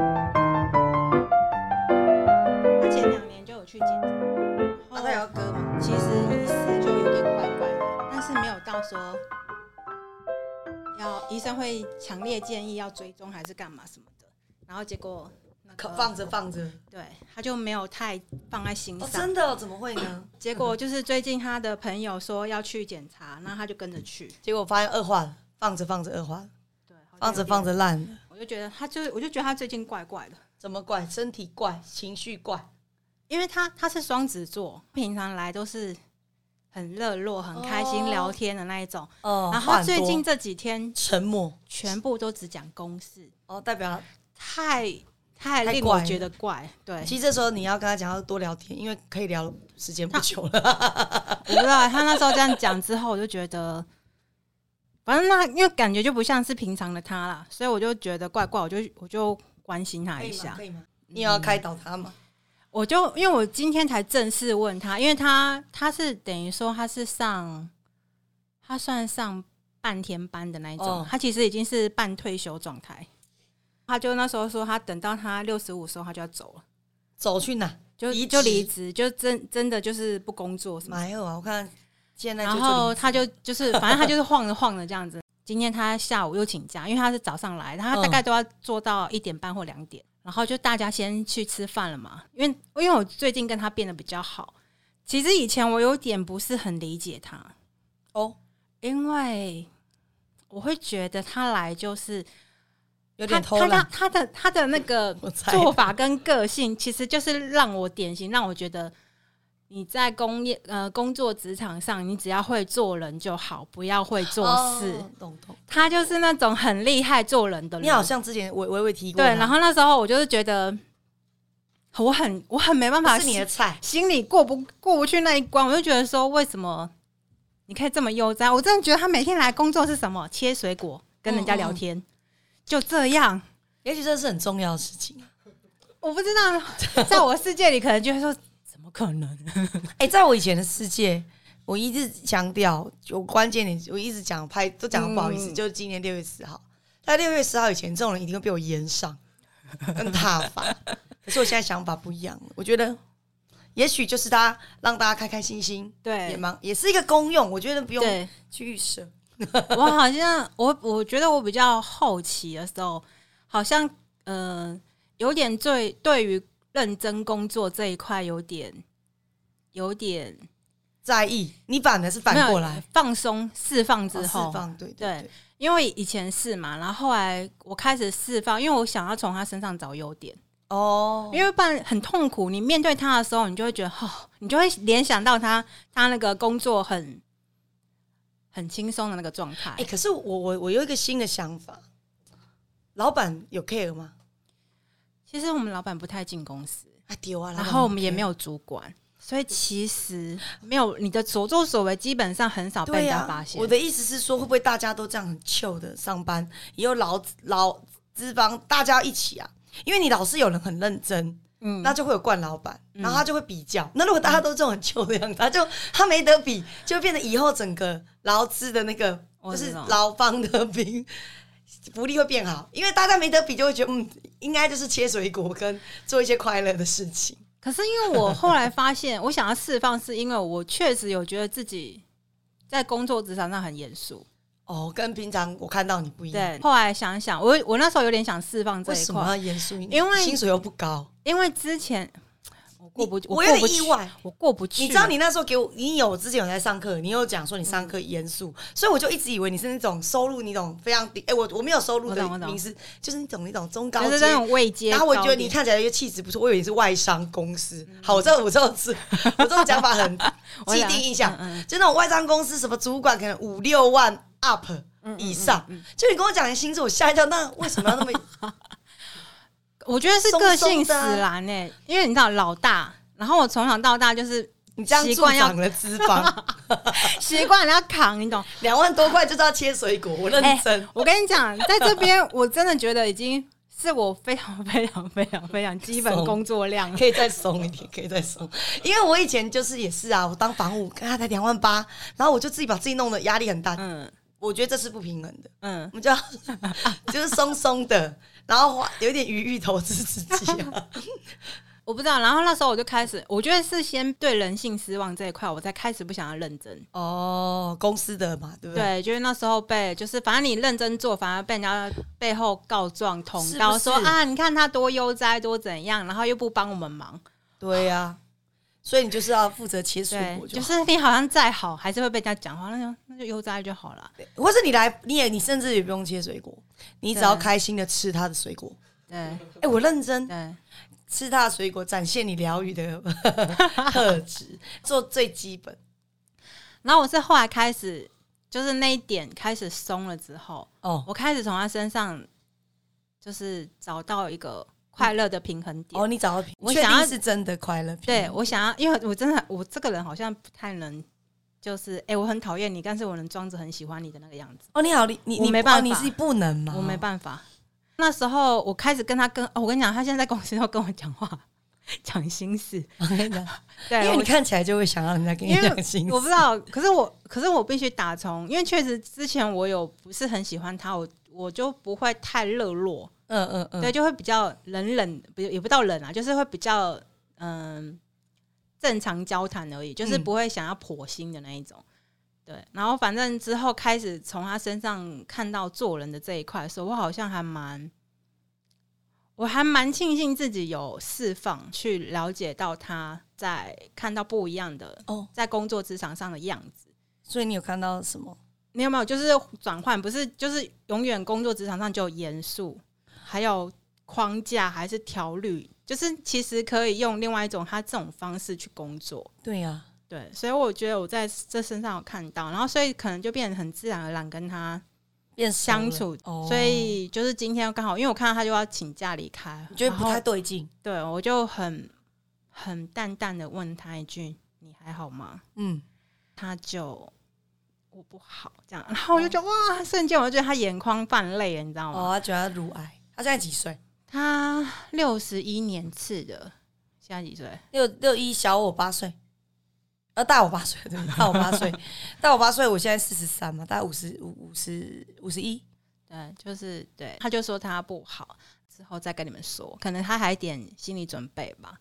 哦阿盖有歌嘛，其实医师就有点怪怪的，但是没有到说要医生会强烈建议要追踪还是干嘛什么的，然后结果那可个放着放着，对他就没有太放在心哦，上。真的哦、怎么会呢？结果就是最近他的朋友说要去检查，那他就跟着去。 结果发现恶化了，放着放着恶化了，对，好像放着有点放，着烂了。我就觉得他就我就觉得他最近怪怪的，怎么怪？身体怪，情绪怪，因为他他是双子座，平常来都是很热络、很开心哦聊天的那一种。哦然后最近这几天沉默，全部都只讲公事，哦，代表太太太令怪我了觉得怪。对，其实这时候你要跟他讲要多聊天，因为可以聊时间不久 了。我不知道他那时候这样讲之后，我就觉得，反正那因为感觉就不像是平常的他啦，所以我就觉得怪怪，我就我就关心他一下。以吗？哎你也要开导他嘛？我就因为我今天才正式问他，因为他他是等于说他是上，他算上半天班的那一种，哦他其实已经是半退休状态。他就那时候说，他等到他六十五时候他就要走了，走去哪？就离职就离职，就真真的就是不工作什么的。没有啊，我看现在就然后他就就是，反正他就是晃着晃着这样子。今天他下午又请假，因为他是早上来，他大概都要做到一点半或两点。然后就大家先去吃饭了嘛，因为因为我最近跟他变得比较好。其实以前我有点不是很理解他，哦，因为我会觉得他来就是有他点偷他他懒，他的他的那个我猜做法跟个性，其实就是让我典型，让我觉得你在工业呃工作职场上，你只要会做人就好，不要会做事。哦懂懂。他就是那种很厉害做人的人，你好像之前微微微提过对。他，然后那时候我就是觉得，我很我很没办法，不是你的菜，心里过不过不去那一关，我就觉得说，为什么你可以这么悠哉？我真的觉得他每天来工作是什么？切水果，跟嗯人家聊天，就这样。也许这是很重要的事情。我不知 道，在我世界里可能就会说，怎么可能？哎，在我以前的世界。我一直强调，有关键点，我一直讲拍都讲得不好意思，嗯就是今年六月四号，在六月四号以前，这种人一定会被我延上跟踏伐。可是我现在想法不一样了，我觉得也许就是大家让大家开开心心，也对蛮也是一个功用，我觉得不用对，去预设。我好像我 我觉得我比较好奇的时候，好像呃有点对对于认真工作这一块有点有点在意，你反而是反过来没有放松释放之哦后，释放，对对因为以前是嘛，然后后来我开始释放，因为我想要从他身上找优点，哦，因为不然很痛苦。你面对他的时候，你就会觉得哦，你就会联想到他他那个工作很很轻松的那个状态。哎、可是我我我有一个新的想法，老板有 care 吗？其实我们老板不太进公司，啊丢啊，然后我们也没有有主管，所以其实没有你的所作所为，基本上很哦少被对人呀、家发现。我的意思是说，会不会大家都这样很 chill 的上班，也有劳劳资方大家一起啊？因为你老是有人很认真，嗯那就会有惯老板，然后他就会比较。那如果大家都这种很旧的样子，他就他没得比，就变得以后整个劳资的那个我就是知道劳方的平福利会变好，因为大家没得比，就会觉得嗯，应该就是切水果跟做一些快乐的事情。可是因为我后来发 现，我想要释放，是因为我确实有觉得自己在工作职场上很严肃。哦，跟平常我看到你不一样，对，后来想一想，我我那时候有点想释放这嗯为一什么块，要严肃一点？因为薪水又不高，因为之前我过不你，我我有过不点意去，外。我过不去。你知道，你那时候给我，你有之前有在上课，你有讲说你上课严肃，所以我就一直以为你是那种收入那种非常低，哎、我我没有收入我的懂我懂名师，就是那种那种中高就阶是。那种未接，然后我觉得你，看起来又气质不错，我以为你是外商公司。嗯好，我知道，我知 道是，我这种讲法很我既想定印象，嗯嗯就那种外商公司什么主管可能五六万 up 嗯以上，就你跟我讲的薪资，我吓一跳。那为什么要那么我觉得是个性松松使的啊然呢、因为你知道老大，然后我从小到大就是 你这样习助惯要长了脂 肪？习惯人家扛，你懂？两万多块就是要切水果，我认哎真。我跟你讲，在这 边我真的觉得已经是我非常非常非常非常基本怂工作量了。可以再松一点，可以再松。因为我以前就是也是啊，我当房务，跟他才两万八，然后我就自己把自己弄得压力很大。嗯我觉得这是不平衡的，嗯我，们就要 就是松松的，然后花有一点余裕投资自己、啊。 我不知道。然后那时候我就开始，我觉得是先对人性失望这一块，我才开始不想要认真。哦，公司的嘛，对不对？对，就是那时候被，就是反正你认真做，反而被人家背后告状、捅是不刀，是说啊，你看他多悠哉，多怎样，然后又不帮我们忙。对呀、所以你就是要负责切对蔬果，就好是你好像再好，还是会被人家讲话，那就那就悠哉就好了。或是你来，你也你甚至也不用切水果，你只要对开心的吃他的水果。对哎、我认真对，吃他的水果，展现你疗愈的 特质，做最基本。然后我是后来开始，就是那一点开始松了之后，哦我开始从他身上就是找到一个快乐的平衡点。哦，你找到平，我确想要定是真的快乐。对我想要，因为我真的我这个人好像不太能，就是哎、我很讨厌你，但是我能装着很喜欢你的那个样子，哦，你好，你你我你没办法哦你是不能吗？我没办法。那时候我开始跟他跟，哦、我跟你讲，他现在在公司都跟我讲话， 讲心事。法，我跟你讲， 对，哦因为你我看起来就会想让人家跟你因为讲心事我不知道，可是我，可是我必须打从，因为确实之前我有不是很喜欢他，我我就不会太热络，嗯嗯嗯，对，就会比较冷冷，不也不到冷啊，就是会比较嗯正常交谈而已，就是嗯不会想要剖心的那一种。对，然后反正之后开始从他身上看到做人的这一块的时候，我好像还蛮，我还蛮庆幸自己有释放去了解到他在看到不一样的哦，在工作职场上的样子。所以你有看到什么？你有没有就是转换？不是就是永远工作职场上就有严肃，还有框架，还是条律？就是其实可以用另外一种他这种方式去工作。对啊呀、对，所以我觉得我在这身上有看到，然后所以可能就变得很自然而然跟他变熟了相处。哦，所以就是今天刚好，因为我看到他就要请假离开，你觉得不太然后对劲。对，我就很很淡淡的问他一句：“你还好吗？”嗯，他就我不好这样，然哦后我就觉得、哇，瞬间我就觉得他眼眶泛泪了，你知道吗？哦，他觉得他乳癌，他现在几岁？他六十一年次的，现在几岁？六六一小我八岁，呃，大我八岁，对，大我八 岁，大我八岁，我现在四十三嘛，大概五十五五十五十一。对，就是对，他就说他不好，之后再跟你们说，可能他还有一点心理准备吧。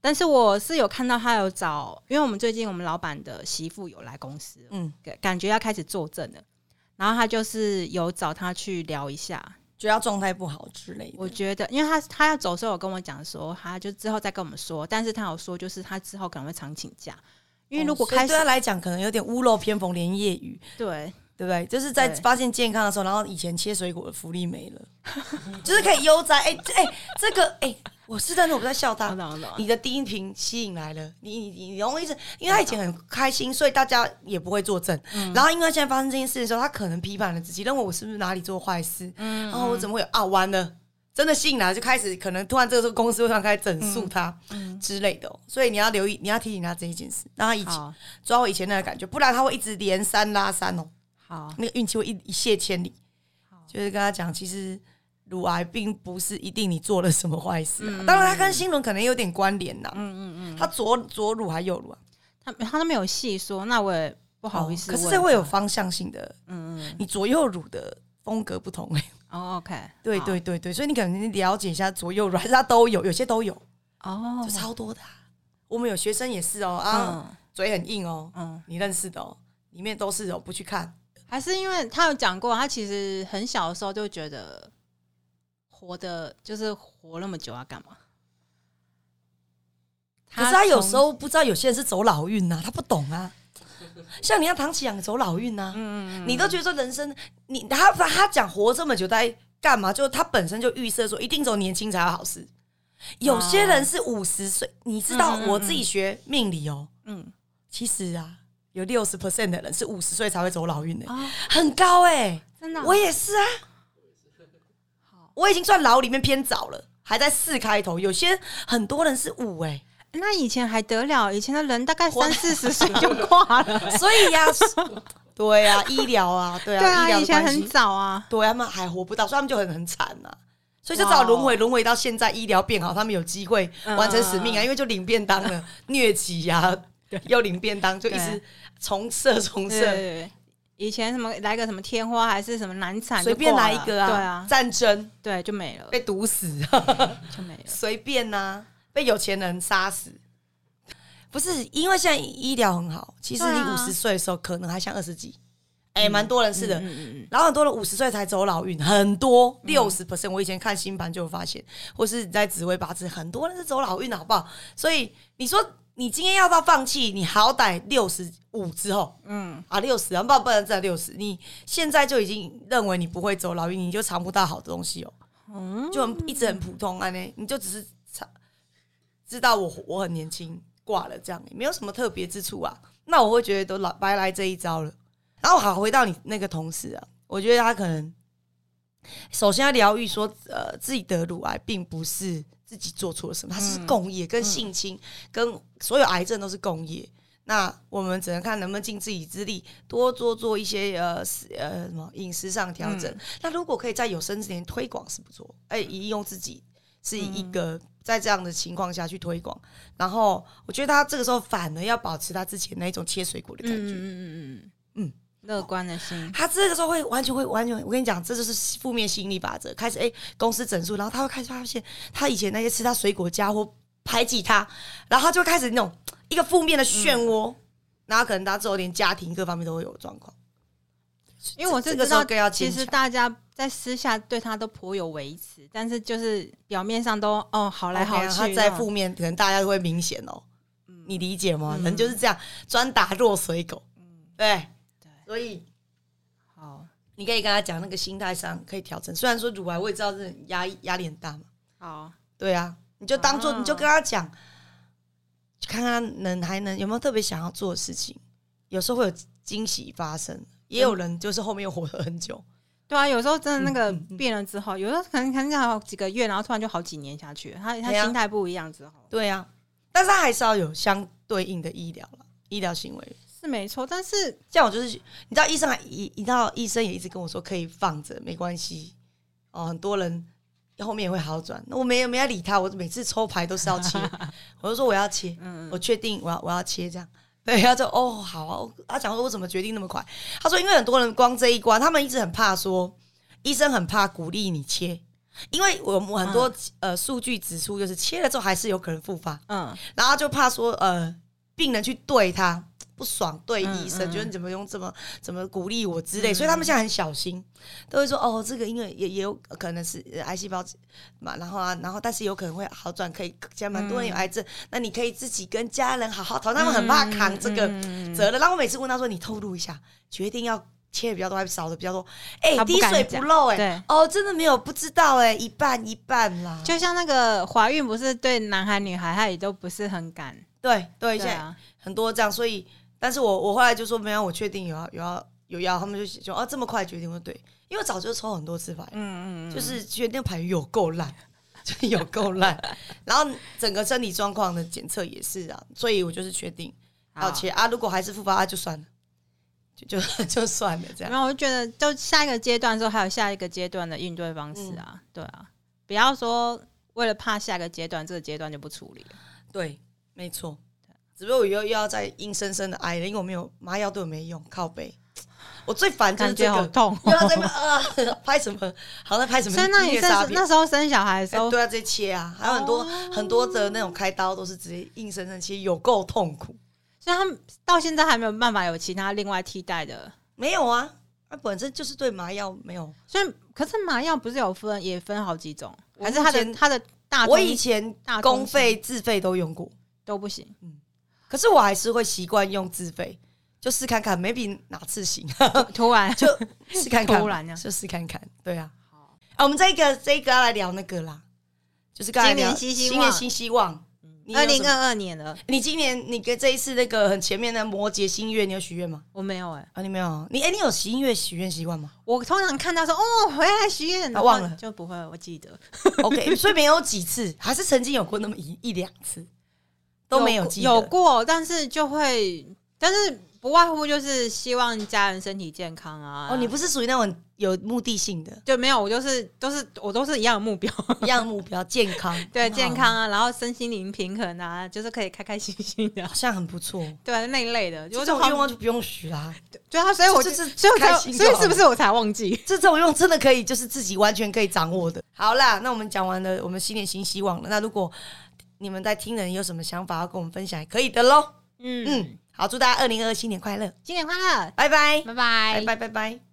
但是我是有看到他有找，因为我们最近我们老板的媳妇有来公司，嗯，感感觉要开始作证了，然后他就是有找他去聊一下，觉得他状态不好之类我的。觉得，因为他他要走的时候，有跟我讲说，他就之后再跟我们说，但是他有说，就是他之后可能会常请假，因为如果哦所以开始、对他来讲，可能有点屋漏偏逢连夜雨，对对不对？就是在对发现健康的时候，然后以前切水果的福利没了， 就是可以悠哉。哎、这哎、这个哎、我是真的我不在笑他我，懂我懂你的低音频吸引来了，你你你容易是，因为他以前很开心，所以大家也不会作证。嗯然后因为现在发生这件事的时候，他可能批判了自己，认为我是不是哪里做坏事，嗯然后我怎么会啊完了，真的吸引来了就开始可能突然这个时候公司会突然开始整肃他嗯之类的哦、所以你要留意，你要提醒他这一件事，让他以前好抓我以前那个感觉，不然他会一直连三拉三哦，好那个运气会一一泻千里。就是跟他讲，其实乳癌并不是一定你做了什么坏事、嗯啊，当然他跟心轮可能有点关联呐、嗯嗯嗯，他左左乳还右乳啊，他他都没有细说，那我也不好意思可问、是这会有方向性的，嗯嗯你左右乳的风格不 同、哦 OK 对好对对对，所以你可能了解一下左右乳，还是他都有，有些都有，哦就超多的啊、我们有学生也是哦，啊，嘴很硬哦，嗯嗯，你认识的哦，里面都是哦，不去看，还是因为他有讲过，他其实很小的时候就觉得活的就是活那么久要干嘛？可是他有从时候不知道，有些人是走老运呐、他不懂啊。像你看唐启阳走老运呐、嗯嗯嗯你都觉得说人生，你他他讲活这么久在干嘛？就他本身就预设说一定走年轻才有好事。有些人是五十岁，你知道嗯嗯嗯我自己学命理哦，嗯其实啊，有六十 percent 的人是五十岁才会走老运的、啊很高哎、真的啊我也是啊，我已经算老里面偏早了，还在四开头。有些很多人是五哎、那以前还得了？以前的人大概活三四十 岁就挂了、所以 呀、对呀、医疗啊，对啊，对医啊，疗以的前关很系，早啊。对他们还活不到，所以他们就很很惨呐、所以就只好轮回，轮回到现在医疗变好，他们有机会嗯完成使命啊，因为就领便当 了，疟疾呀，又领便当，就一直重设重对对设，对，以前什么来个什么天花还是什么难产，随便来一个啊。对战争对，就没了，被毒死，就没了。随便呐、啊被有钱人杀死。不是因为现在医疗很好，其实你对啊五十岁的时候可能还像二十几，哎、蛮多人是的。嗯嗯然后很多人五十岁才走老运，很多六十 percent。我以前看新盘就有发现，或是你在紫微八字，很多人是走老运的，好不好？所以你说你今天要到放弃，你好歹六十五之后，嗯，啊，六十，不然不能再六十。你现在就已经认为你不会走老运，你就尝不到好的东西哦，嗯，就很一直很普通啊呢，你就只是尝知道我我很年轻挂了这样，没有什么特别之处啊。那我会觉得都老白来这一招了。然后好，回到你那个同事啊，我觉得他可能首先要疗愈说，呃，自己得乳癌并不是自己做错了什么，他是共业，跟性侵、跟所有癌症都是共业。那我们只能看能不能尽自己之力，多做做一些呃食呃什么饮食上的调整。那如果可以在有生之年推广是不错，哎、利用自己是一个在这样的情况下去推广。然后我觉得他这个时候反而要保持他之前那种切水果的感觉。嗯嗯嗯嗯哦嗯，乐观的心，他这个时候会完全会完全，我跟你讲，这就是负面心理法则。开始哎、公司整数，然后他会开始发现，他以前那些吃他水果家伙排挤他，然后他就开始那种一个负面的漩嗯涡，然后可能他之后连家庭各方面都会有状况。因为我这是这个知时候道更要，坚其强实大家在私下对他都颇有维持，但是就是表面上都哦好来好 OK 啊去嗯他那种，在负面，可能大家就会明显哦，你理解吗？人就是这样，专打弱水狗，对，嗯对所以好你可以跟他讲那个心态上可以调整。虽然说乳癌我也知道是压力压力很大嘛。好对啊，你就当做、啊你就跟他讲，看看他能还能有没有特别想要做的事情。有时候会有惊喜发生，也有人就是后面又活了很久。对啊，有时候嗯真的那个变了之后，有时候可能可能要好几个月，然后突然就好几年下去了，他他对啊心态不一样之后对啊，但是他还是要有相对应的医疗了，医疗行为。是没错，但是像我就是，你知道医生还一你知道医生也一直跟我说可以放着，没关系。哦，很多人后面也会好转。那我没有没要理他，我每次抽牌都是要切，我就说我要切，嗯我确定我要我要切这样。对，他就哦好啊，他讲说我怎么决定那么快？他说因为很多人光这一关，他们一直很怕说，医生很怕鼓励你切，因为我们很多、呃数据指出就是切了之后还是有可能复发，嗯然后他就怕说呃病人去对他不爽，对医生、嗯嗯嗯觉得你怎么用怎么怎么鼓励我之类，所以他们现在很小心，都会说哦这个因为也也有可能是呃癌细胞嘛，然后啊然后但是有可能会好转，可以现在蛮多人有癌症，嗯那你可以自己跟家人好好讨论，他们很怕扛这个嗯责任。然后我每次问他说你透露一下，决定要。切的比较多还是少的比较多？哎、他不滴敢水不讲漏哎、对哦，真的没有不知道哎、一半一半啦。就像那个怀孕，不是对男孩女孩，他也都不是很敢。对对，对现在啊，很多这样，所以，但是我我后来就说没有，我确定有要有要有要，他们就就啊这么快决定，我说对，因为我早就抽很多次牌，嗯嗯，嗯就是觉得那牌有够烂， 就是有够烂，然后整个身体状况的检测也是啊，所以我就是确定好要切啊，如果还是复发、啊、就算了，就就 就算了这样。然后我就觉得，就下一个阶段之后，还有下一个阶段的应对方式啊，嗯对啊，不要说为了怕下一个阶段，这个阶段就不处理了。对，没错。只不过我又又要再硬生生的挨了，因为我没有麻药对我没用，靠背。我最烦就是感这觉好个，痛、又要哦。在那边啊拍什么，好像拍什 么所以那音你乐杀生片那时候生小孩的时哎候，对啊，直接切啊，还有很多、很多的那种开刀都是直接硬生生切，有够痛苦。所以他们到现在还没有办法有其他另外替代的。没有啊，它本身就是对麻药没有。所以，可是麻药不是有分也分好几种，我还是他目的前他的大我宗以前大宗公费自费都用过，都不行。可是我还是会习惯用自费，就试看看，maybe 哪次行， 突然 就试看看，突然这啊样就试看看，对啊。啊，我们这一个这一个要来聊那个啦，就是刚才今年聊新希望新年新希望。你有二什么零，二二年了，你今年你跟这一次那个很前面的摩羯新月，你有许愿吗？我没有哎、啊，你没有，你哎、你有新月许愿习惯吗？ 我通常看到说哦，回来许愿，啊忘了然后就不会，我记得 OK，所以没有几次，还是曾经有过那么一一两次，都没有有记得有过，但是就会，但是不外乎就是希望家人身体健康啊。，哦，你不是属于那种有目的性的就没有，我就是都是我都是一样的目标， 一样目标健康，对 很好健康啊，然后身心灵平衡啊，就是可以开开心心的好，像很不错。对那一类的，这就种是愿望就不用许啦，对啊，所以我就就，就是是所以我才开所心就好以是不是我才忘记？这种愿望真的可以，就是自己完全可以掌握的。好啦，那我们讲完了我们新年新希望了。那如果你们在听的人有什么想法要跟我们分享，也可以的喽。嗯，嗯，好，祝大家二零二七年快乐，新年快乐，拜拜，拜拜拜拜拜拜。